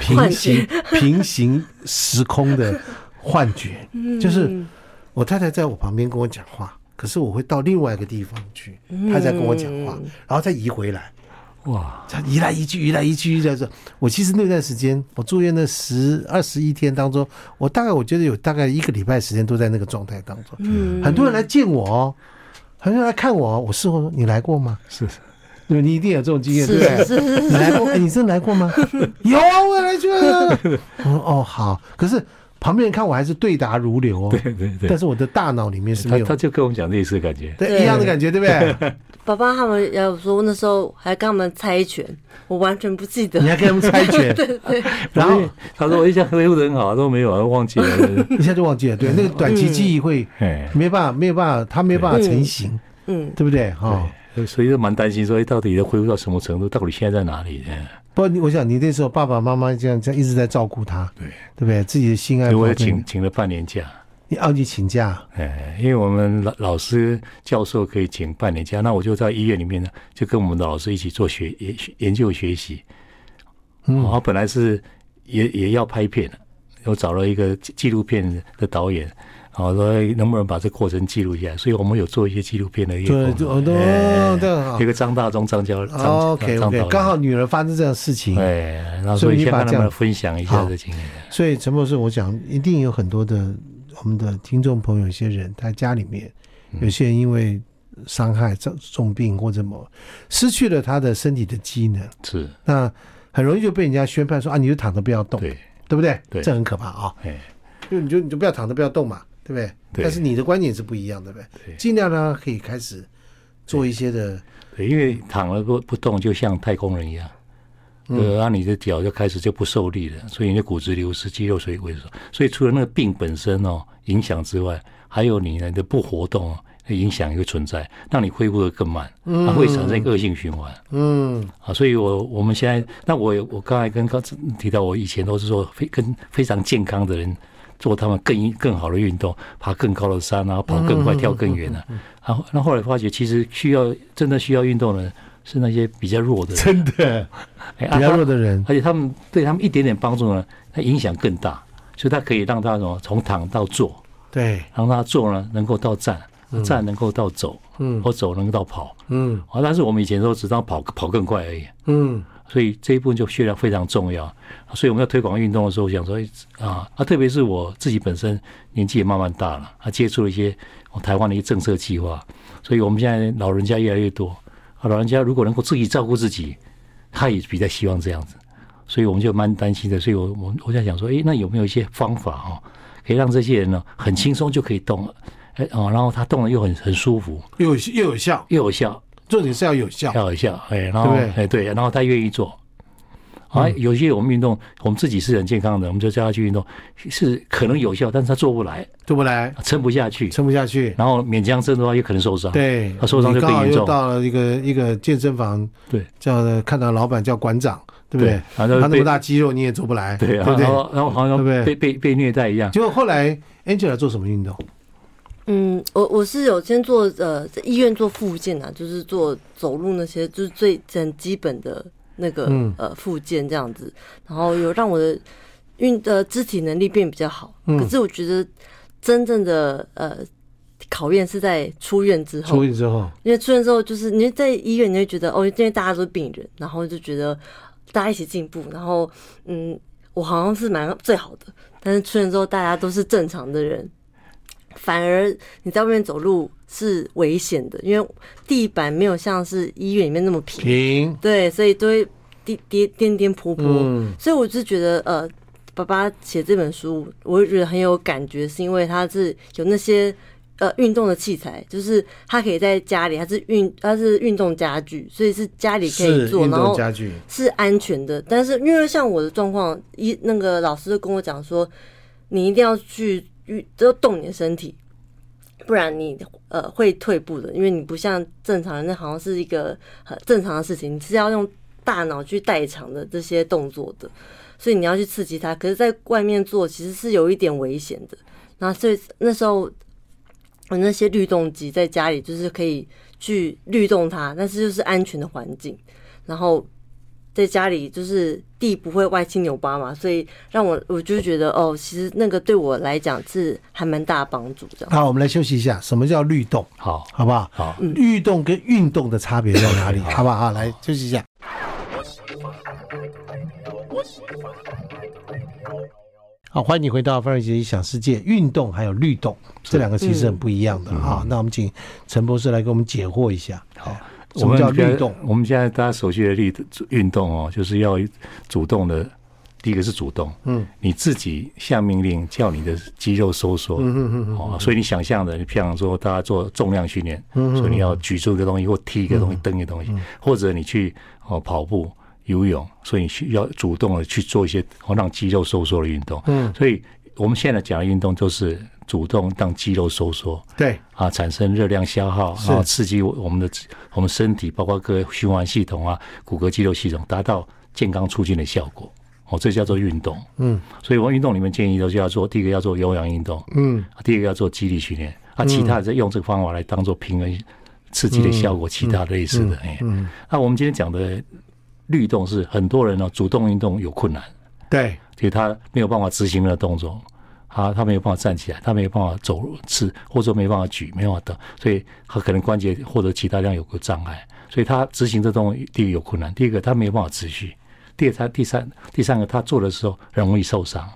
S1: 平
S3: 幻
S1: 行平行时空的幻觉，就是我太太在我旁边跟我讲话，可是我会到另外一个地方去，她在跟我讲话，然后再移回来，
S2: 哇，
S1: 这样移来移去，移来移去，这样子。我其实那段时间，我住院的十二十一天当中，我大概我觉得有大概一个礼拜时间都在那个状态当中。嗯，很多人来见我哦，很多人来看我哦。我事后说你来过吗？
S2: 是
S1: 对，你一定有这种经验，对
S3: 是
S1: 不对？
S3: 是是
S1: 你来过？哎你真的来过吗？有啊，我来过啊。我说哦，好。可是旁边人看我还是对答如流哦。
S2: 对对对
S1: 但是我的大脑里面是
S2: 他
S1: 没有
S2: 他就跟我们讲类似的感觉，
S1: 对
S3: 对
S1: 一样的感觉，对不对？
S3: 爸爸他们要说那时候还跟他们猜拳，我完全不记得
S1: 你。还跟他们猜拳，然后
S2: 他说我印象恢复的很好，他说没有，啊，忘记了。
S1: 一下就忘记了。对，那个短期记忆会
S2: 哎，
S1: 没办法，没有办法，他没有办法成型，
S3: 嗯，
S1: 对不对？哈，
S2: 所以就蛮担心，说哎到底要恢复到什么程度？到底现在在哪里？哎
S1: 不过你我想你那时候爸爸妈妈这样这样一直在照顾他，
S2: 对
S1: 对不对？自己的心爱
S2: 所以我也
S1: 宝贝
S2: 请请了半年假。
S1: 你奥你请假，
S2: 哎，因为我们老老师、教授可以请半年假，那我就在医院里面呢，就跟我们的老师一起做学研研究学习。嗯，我本来是也也要拍片的，我找了一个纪纪录片的导演，然后说哎能不能把这过程记录下来，所以我们有做一些纪录片的一
S1: 做
S2: 个
S1: 了做
S2: 工
S1: 哦
S2: 作。
S1: 都
S2: 哎
S1: 这样好
S2: 有一个张大中、张教、张张
S1: OK
S2: 张导
S1: OK，
S2: 演，
S1: 哦刚好女儿发生这样的事情，
S2: 哎，然后
S1: 所
S2: 所
S1: 以
S2: 以
S1: 你
S2: 先
S1: 把
S2: 跟他
S1: 这样
S2: 们分享一下
S1: 好
S2: 这经验。
S1: 所以陈博士，我想一定有很多的我们的听众朋友，有些人他家里面
S2: 嗯
S1: 有些人因为伤害、重重病或者什么，失去了他的身体的机能，
S2: 是，
S1: 那很容易就被人家宣判说啊，你就躺着不要动，
S2: 对，
S1: 对不对？
S2: 对
S1: 这很可怕啊。
S2: 哎，
S1: 就你就你就不要躺着，不要动嘛，对不对？
S2: 对
S1: 但是你的观点是不一样的，对不对？
S2: 对
S1: 尽量让他可以开始做一些的，
S2: 对，因为躺了不不动，就像太空人一样，呃，那、你的脚就开始就不受力了，所以你的骨质流失、肌肉水萎缩。所以除了那个病本身哦影响之外，还有你的不活动哦影响一个存在，让你恢复的更慢，它会产生一个恶性循环。
S1: 嗯，
S2: 啊，所以我我们现在，那我我刚才跟刚提到，我以前都是说非跟非常健康的人做他们更更好的运动，爬更高的山啊，跑更
S1: 嗯
S2: 快，跳更远啊。然后那后来发觉，其实需要真的需要运动的人是那些比较弱的人，
S1: 真的
S2: 哎啊
S1: 比较弱
S2: 他
S1: 的人，
S2: 而且他们对他们一点点帮助呢，它影响更大，所以它可以让他什么从躺到坐，
S1: 对，
S2: 让他坐呢能够到站，站能够到走，嗯，或走能够到跑。
S1: 嗯
S2: 啊，但是我们以前都只当跑跑更快而已。
S1: 嗯，
S2: 所以这一部分就血量非常重要。所以我们在推广运动的时候，我想说哎啊啊，特别是我自己本身年纪也慢慢大了，啊，接触了一些哦台湾的一个政策计划，所以我们现在老人家越来越多，啊，老人家如果能够自己照顾自己，他也比较希望这样子，所以我们就蛮担心的。所以我我我在想说，哎，那有没有一些方法哦，可以让这些人呢很轻松就可以动了，哎哦，然后他动了又很很舒服，
S1: 又有又有效，
S2: 又有效，
S1: 重点是要有效，
S2: 跳一下，哎，然
S1: 对
S2: 后
S1: 嗯不对
S2: 哎对，然后他愿意做。啊，有些我们运动，我们自己是很健康的，我们就叫他去运动，是可能有效，但是他做不来，
S1: 对不来
S2: 撑不下去，
S1: 撑不下去，
S2: 然后勉强撑的话，有可能受伤。
S1: 对，
S2: 他受伤
S1: 你
S2: 就更
S1: 刚好
S2: 严
S1: 又
S2: 重。
S1: 到了一个一个健身房，
S2: 对
S1: 叫看到老板叫馆长，对不对？
S2: 然
S1: 他
S2: 后
S1: 那
S2: 被
S1: 么大肌肉你也做不来，
S2: 对，
S1: 对
S2: 然
S1: 不
S2: 后
S1: 对
S2: 然？后然后好
S1: 对
S2: 像
S1: 不对
S2: 被被被虐待一样。
S1: 结果后来 Angela 做什么运动？
S3: 嗯，我我是有先做呃在医院做复健啊，就是做走路那些，就是最很基本的那个、
S1: 嗯
S3: 呃复健这样子，然后有让我的运呃肢体能力变比较好。
S1: 嗯
S3: 可是我觉得真正的呃考验是在出院之后
S1: 出，院之后，
S3: 因为出院之后就是你在医院你会觉得哦，因为大家都是病人，然后就觉得大家一起进步，然后嗯，我好像是蛮最好的，但是出院之后大家都是正常的人，反而你在外面走路是危险的，因为地板没有像是医院里面那么平，
S1: 停，
S3: 对，所以都会跌跌颠颠簸簸，
S1: 嗯
S3: 所以我就觉得呃，爸爸写这本书，我就觉得很有感觉，是因为他是有那些。呃，运动的器材就是他可以在家里，他是运他是运动家具，所以是家里可以
S1: 是
S3: 做，
S1: 运
S3: 然
S1: 动
S3: 后
S1: 家具，
S3: 是安全的，但是因为像我的状况，一那个老师就跟我讲说，你一定要去运，要动你的身体，不然你呃会退步的，因为你不像正常人，那好像是一个很正常的事情，你是要用大脑去代偿的这些动作的，所以你要去刺激它。可是，在外面做其实是有一点危险的，然后所以那时候我那些律动机在家里就是可以去律动它，但是就是安全的环境，然后在家里就是地不会歪七扭八嘛，所以让我我就觉得哦，其实那个对我来讲是还蛮大帮助这样。
S1: 好，我们来休息一下。什么叫律动？
S2: 好，
S1: 好不好？
S2: 好，
S1: 律动跟运动的差别在哪里？好不好？好来休息一下。好，欢迎你回到范瑞杰想世界。运动还有律动这两个其实很不一样的啊。那我们请陈博士来给我们解惑一下。好，什
S2: 我
S1: 么
S2: 们
S1: 叫
S2: 比较
S1: 律动？
S2: 我们现在大家熟悉的律运动哦，就是要主动的。第一个是主动，
S1: 嗯，
S2: 你自己下命令叫你的肌肉收缩，嗯嗯嗯，哦，所以你想象的，你譬如说大家做重量训练，嗯，所以你要举住一个东西，或踢一个东西，蹬一个东西，或者你去哦跑步、游泳，所以你需要主动的去做一些哦让肌肉收缩的运动，嗯，所以我们现在讲的运动就是主动让肌肉收缩，
S1: 对，
S2: 啊，产生热量消耗，
S1: 是
S2: 然后刺激我我们的我们身体，包括各个循环系统啊、骨骼肌肉系统，达到健康促进的效果。哦，这叫做运动。
S1: 嗯，
S2: 所以我们运动里面建议都是要做，第一个要做有氧运动，
S1: 嗯，
S2: 啊第二个要做肌力训练，啊，其他的再用这个方法来当做平衡刺激的效
S1: 嗯
S2: 果，其他类似的。哎，那我们今天讲的律动是很多人呢、主动运动有困难，
S1: 对，
S2: 所以他没有办法执行那个动作，他他没有办法站起来，他没有办法走路吃，或者说没办法举，没办法等，所以他可能关节或者其他地方有个障碍，所以他执行这动作第一个有困难，第二个他没有办法持续，第二他第三第三个他做的时候很容易受伤。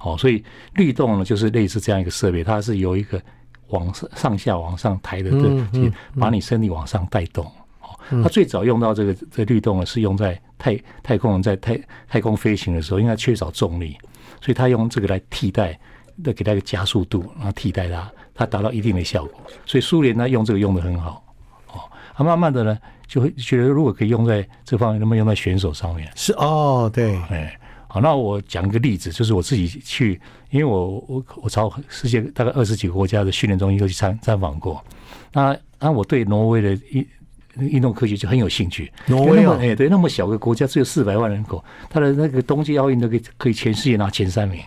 S2: 哦，所以律动呢，就是类似这样一个设备，它是由一个往上上下往上抬的，对，去把你身体往上带动。哦，它最早用到这个这律动呢，是用在太太空人在太太空飞行的时候，因为它缺少重力，所以它用这个来替代，再给它一个加速度，然后替代它，它达到一定的效果。所以苏联呢用这个用的很好。哦，它慢慢的呢就会觉得，如果可以用在这方面，能不能用在选手上面？
S1: 是哦，对，
S2: 哎，好，那我讲一个例子，就是我自己去，因为我我我朝世界大概二十几个国家的训练中心都去参参访过，那那我对挪威的运运动科学就很有兴趣。
S1: 挪威
S2: 那
S1: 哦
S2: 么哎，对，那么小个国家只有四百万人口，它的那个冬季奥运都可以可以全世界拿前三名，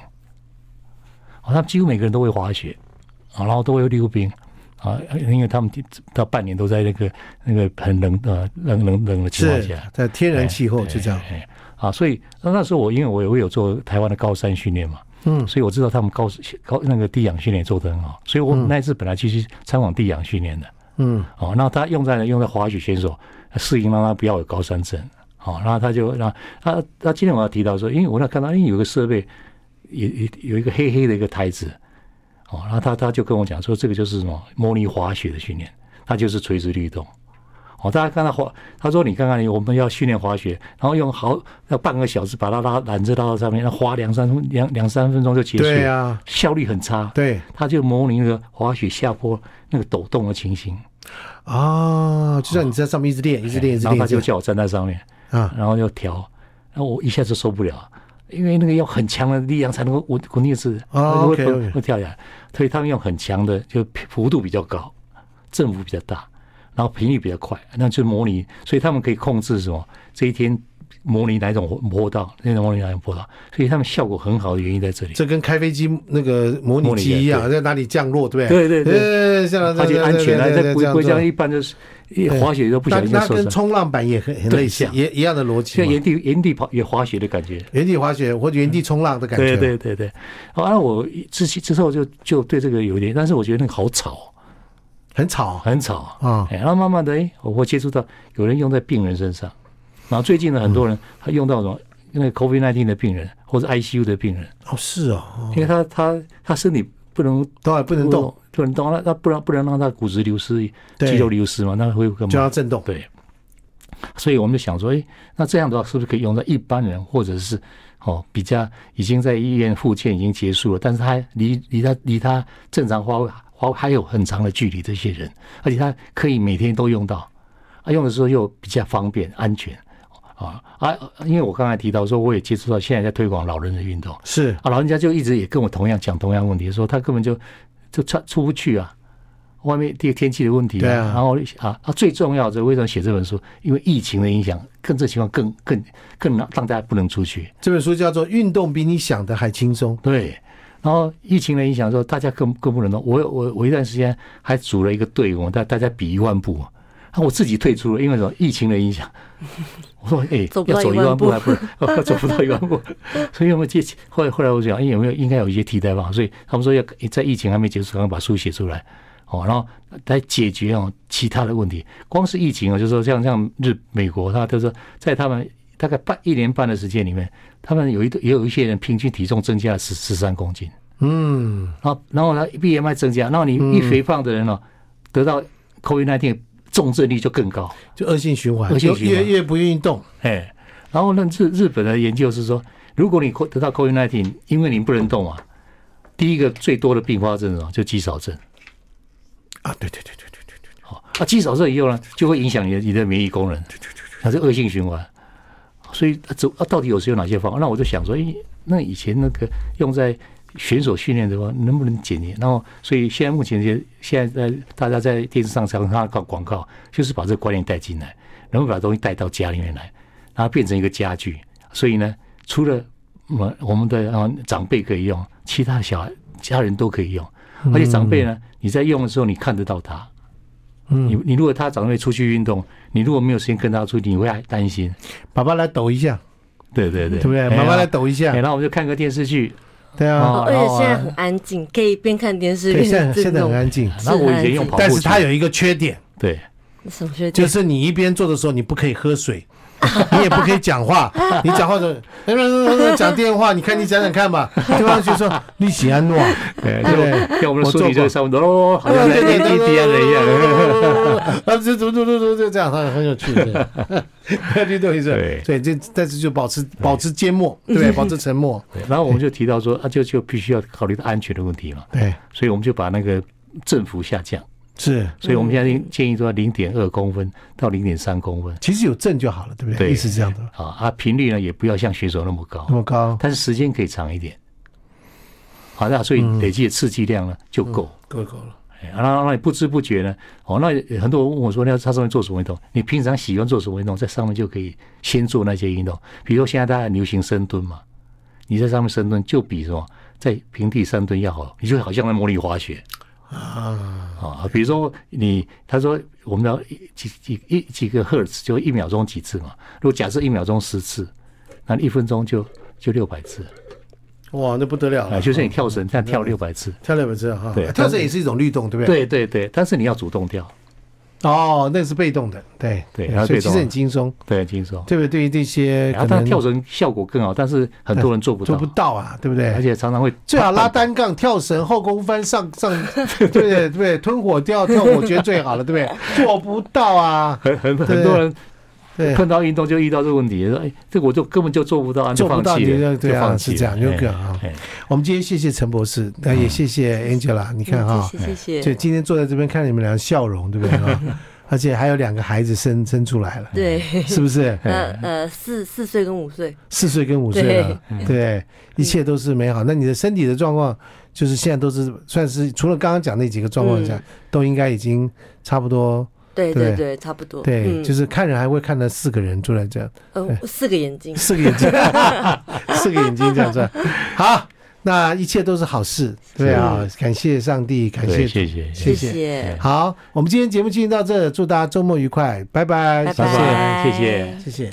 S2: 好，他们几乎每个人都会滑雪，啊，然后都会溜冰。啊，因为他们到半年都在那个那个很冷呃冷冷冷的情况
S1: 是
S2: 下，
S1: 在天然气候就这样
S2: 哎。哎啊，所以那那时候我因为我我有做台湾的高山训练嘛，
S1: 嗯
S2: 所以我知道他们高高那个地氧训练做得很好，所以我那一次本来就去参访地氧训练的，
S1: 嗯，
S2: 哦，那他用在用在滑雪选手，适应让他不要有高山症，哦，然后他就让他他今天我要提到说，因为我那看到，因为有个设备，有有有一个黑黑的一个台子，哦，然后他他就跟我讲说，这个就是什么模拟滑雪的训练，它就是垂直律动。哦，大家看到滑，他说你看看你，我们要训练滑雪，然后用好要半个小时把它拉缆车拉到上面，那滑两三分两两三分钟就结束，
S1: 对啊，
S2: 效率很差。，
S1: 对
S2: 他就模拟那个滑雪下坡那个抖动的情形。
S1: 啊，就像你在上面一直练，一直练，一直
S2: 然后
S1: 练，
S2: 他就
S1: 一直
S2: 叫我站在上面，
S1: 练啊，
S2: 然后要调，然后我一下子受不了，因为那个要很强的力量才能够稳稳定住，
S1: 哦
S2: 会
S1: OK，OK
S2: 会会跳下来，所以他们用很强的，就幅度比较高，振幅比较大，然后频率比较快，那就模拟，所以他们可以控制什么这一天。模拟哪一种坡坡道，那种模拟哪一种坡道，所以他们效果很好的原因在这里。
S1: 这跟开飞机那个模拟机一样，在哪里降落，对不对？
S2: 对对对
S1: 对，像
S2: 而且安全啊，在规规
S1: 这
S2: 章
S1: 样
S2: 一般就是一滑雪都不小心就
S1: 那
S2: 受
S1: 跟
S2: 伤，
S1: 冲浪板也很很类似，也一样的逻辑
S2: 像
S1: 嘛
S2: 原。地原地跑也滑雪的感觉。
S1: 原地滑雪或者原地冲浪的感觉，
S2: 对对对对，好啊，我之前之后就就对这个有点，但是我觉得那个好吵，
S1: 很吵
S2: 很吵。
S1: 啊。
S2: 哎，然后慢慢的，哎，我会接触到有人用在病人身上，然后最近呢，很
S1: 嗯
S2: 多人他用到什么，那个 COVID 1 9的病人或者 ICU 的病人，
S1: 哦，是哦，
S2: 因为他他他身体不能
S1: 当然不能动，，
S2: 不能动，那那不然不能让他骨质流失、
S1: 对
S2: 肌肉流失嘛，那会有干
S1: 就
S2: 嘛
S1: 要？震动。
S2: 对，所以我们就想说，诶，那这样的话是不是可以用在一般人，或者是哦比较已经在医院复健已经结束了，但是他离离他离他正常花花还有很长的距离，这些人，而且他可以每天都用到，啊，用的时候又比较方便安全。啊啊！因为我刚才提到说，我也接触到现在在推广老人的运动，
S1: 是
S2: 啊，老人家就一直也跟我同样讲同样问题，说他根本就就出出不去啊，外面第一个天气的问题、
S1: 对啊
S2: 然后啊啊，最重要的为什么写这本书？因为疫情的影响，更这情况更更更让让大家不能出去，
S1: 这本书叫做《运动比你想的还轻松》，
S2: 对。然后疫情的影响之后，大家更更不能动。我有我我一段时间还组了一个队伍，大大家比一万步，啊，我自己退出了，因为什么？疫情的影 响。我说，哎、
S3: 走不
S2: 要
S3: 到
S2: 走
S3: 一
S2: 一
S3: 万
S2: 万步
S3: 步
S2: 还不 能，走不到一万步，所以我们借后来后来我想，哎、有没有应该有一些替代方案？所以他们说要在疫情还没结束，赶快把书写出来，哦，然后来解决哦其他的问题。光是疫情啊，就是说像像日美国，他就是说在他们大概半一年半的时间里面，他们有一也有一些人平均体重增加了十十三公斤，
S1: 嗯，
S2: 然后然后呢 BMI 增加，然后你一肥胖的人哦，得到 COVID-19 重症率就更高。
S1: 就恶性循环，
S2: 恶性
S1: 就
S2: 循环
S1: 越越不愿意动，
S2: 哎，然后呢，日日本的研究是说，如果你得到 COVID-19，因为你不能动啊，第一个最多的并发症哦，就肌少症。
S1: 啊，对对对对对对对，
S2: 好啊，肌少症以后呢，就会影响你的你的免疫功能，它是恶性循环。所以啊走啊，到底有时有哪些方法？那我就想说，诶，那以前那个用在选手训练的话，能不能减年？然后，所以现在目前这些现在在大家在电视上常看到广告，就是把这个观念带进来，然后把东西带到家里面来，然后变成一个家具。所以呢，除了我我们的啊长辈可以用，其他小孩家人都可以用，而且长辈呢，你在用的时候你看得到他。你你如果他长辈出去运动，你如果没有时间跟他出去，你会担心。
S1: 爸爸来抖一下，
S2: 对对对，
S1: 对不对？
S2: 哎呀
S1: 妈妈来抖一
S2: 哎
S1: 下，
S2: 然后我们就看个电视剧，
S1: 对啊，
S2: 哦
S3: 哦而且现在很安静，可以边看电视
S1: 对，
S3: 边
S1: 现在
S3: 自
S1: 现在
S3: 动
S1: 很安静，
S3: 是
S2: 然后我以前用跑步机，
S1: 但是它有一个缺点，
S2: 对
S3: 什么学姐
S1: 就是你一边做的时候，你不可以喝 水，你也不可以讲话，你讲话的 讲电话，你看你想想看吧，对方就说你喜安诺，
S2: 对
S1: 对不
S2: 哎 对，像我们
S1: 我
S2: 的书
S1: 做
S2: 里就
S1: 过
S2: 上面哦，好像 在 A T D 人一 样。
S1: 啊，这怎么怎么怎么就这样，很很有趣，对对对，对，这但是就保持保持缄默，对不 对？保持沉默，
S2: 然后我们就提到说，啊，就就必须要考虑到安全的问题嘛，
S1: 对，
S2: 所以我们就把那个振幅下降，
S1: 是，
S2: 所以我们现在建议说零点二公分到零点三公分
S1: 其实有证就好了，对不对？
S2: 对
S1: 意思是这样的，
S2: 啊，啊，频率呢也不要像选手那么高
S1: 那，么高
S2: 但是时间可以长一点。好，那所以累积的刺激量呢就够。
S1: 够够了，
S2: 哎然后让你不知不觉呢，哦，那也很多人问我说，那他上面做什么运动？你平常喜欢做什么运动，在上面就可以先做那些运动。比如说现在大家很流行深蹲嘛，你在上面深蹲就比什么在平地深蹲要好，你就好像在模拟滑雪啊啊。比如说你，他说我们要几几一几个赫兹，就一秒钟几次嘛。如果假设一秒钟十次，那一分钟就就六百次
S1: 哇，那不得了
S2: 啊，
S1: 了，
S2: 就像你跳绳这样跳六百次。
S1: 跳两本车哈，啊
S2: 对
S1: 跳绳也是一种律动，对不对？
S2: 对对对，但是你要主动跳，
S1: 哦，那是被动的，对
S2: 对它是
S1: 所以
S2: 被
S1: 其
S2: 动
S1: 实
S2: 的嗯
S1: 很轻松，
S2: 对，轻松。
S1: 对不对？对于这些
S2: 然
S1: 可
S2: 后他
S1: 能
S2: 跳绳效果更好，但是很多人做不
S1: 做
S2: 到，
S1: 不到啊，对不
S2: 而
S1: 对？
S2: 且常常会
S1: 最好拉单杠、跳绳、后空 翻、上上，对不对？对不对，吞火跳、跳火圈最好了，对不 对？做不到啊，
S2: 很很
S1: 对
S2: 很多人
S1: 对，
S2: 碰到运动就遇到这个问题，说哎，这个我就根本就做不到，
S1: 做
S2: 啊就
S1: 不
S2: 放
S1: 到
S2: 弃
S1: 你
S2: 了，
S1: 就
S2: 就
S1: 对啊，
S2: 放弃
S1: 是
S2: 了
S1: 这样，就这样
S2: 哎
S1: 啊。
S2: 哎嗯
S1: 我们今天谢谢陈博士，那也谢谢 Angela，你看啊，
S3: 嗯谢谢谢
S1: 就
S3: 谢，
S1: 今天坐在这边看你们俩的笑容，对不对 啊？而且还有两个孩子生生出来了，
S3: 对，
S1: 是不是？
S3: 呃呃，四四岁跟五岁，
S1: 四岁跟五岁了，嗯对，一切都是美好。那你的身体的状况，就是现在都是算是除了刚刚讲那几个状况下，
S3: 嗯
S1: 都应该已经差不多。
S3: 对
S1: 对
S3: 对对，差不多，
S1: 对，
S3: 嗯
S1: 就是哎看人还会看到四个人坐在这样，
S3: 呃四个眼睛，
S1: 四个眼睛， 四个眼睛这样转。好，那一切都是好事，对啊，感谢上帝，感
S2: 对，
S1: 谢
S2: 谢
S1: 主。
S2: 谢谢
S1: 谢
S3: 谢
S1: 谢
S3: 谢，
S1: 好，我们今天节目进行到这，祝大家周末愉快，拜拜，
S3: 拜
S2: 谢
S3: 拜，
S2: 谢谢谢。
S1: 谢谢。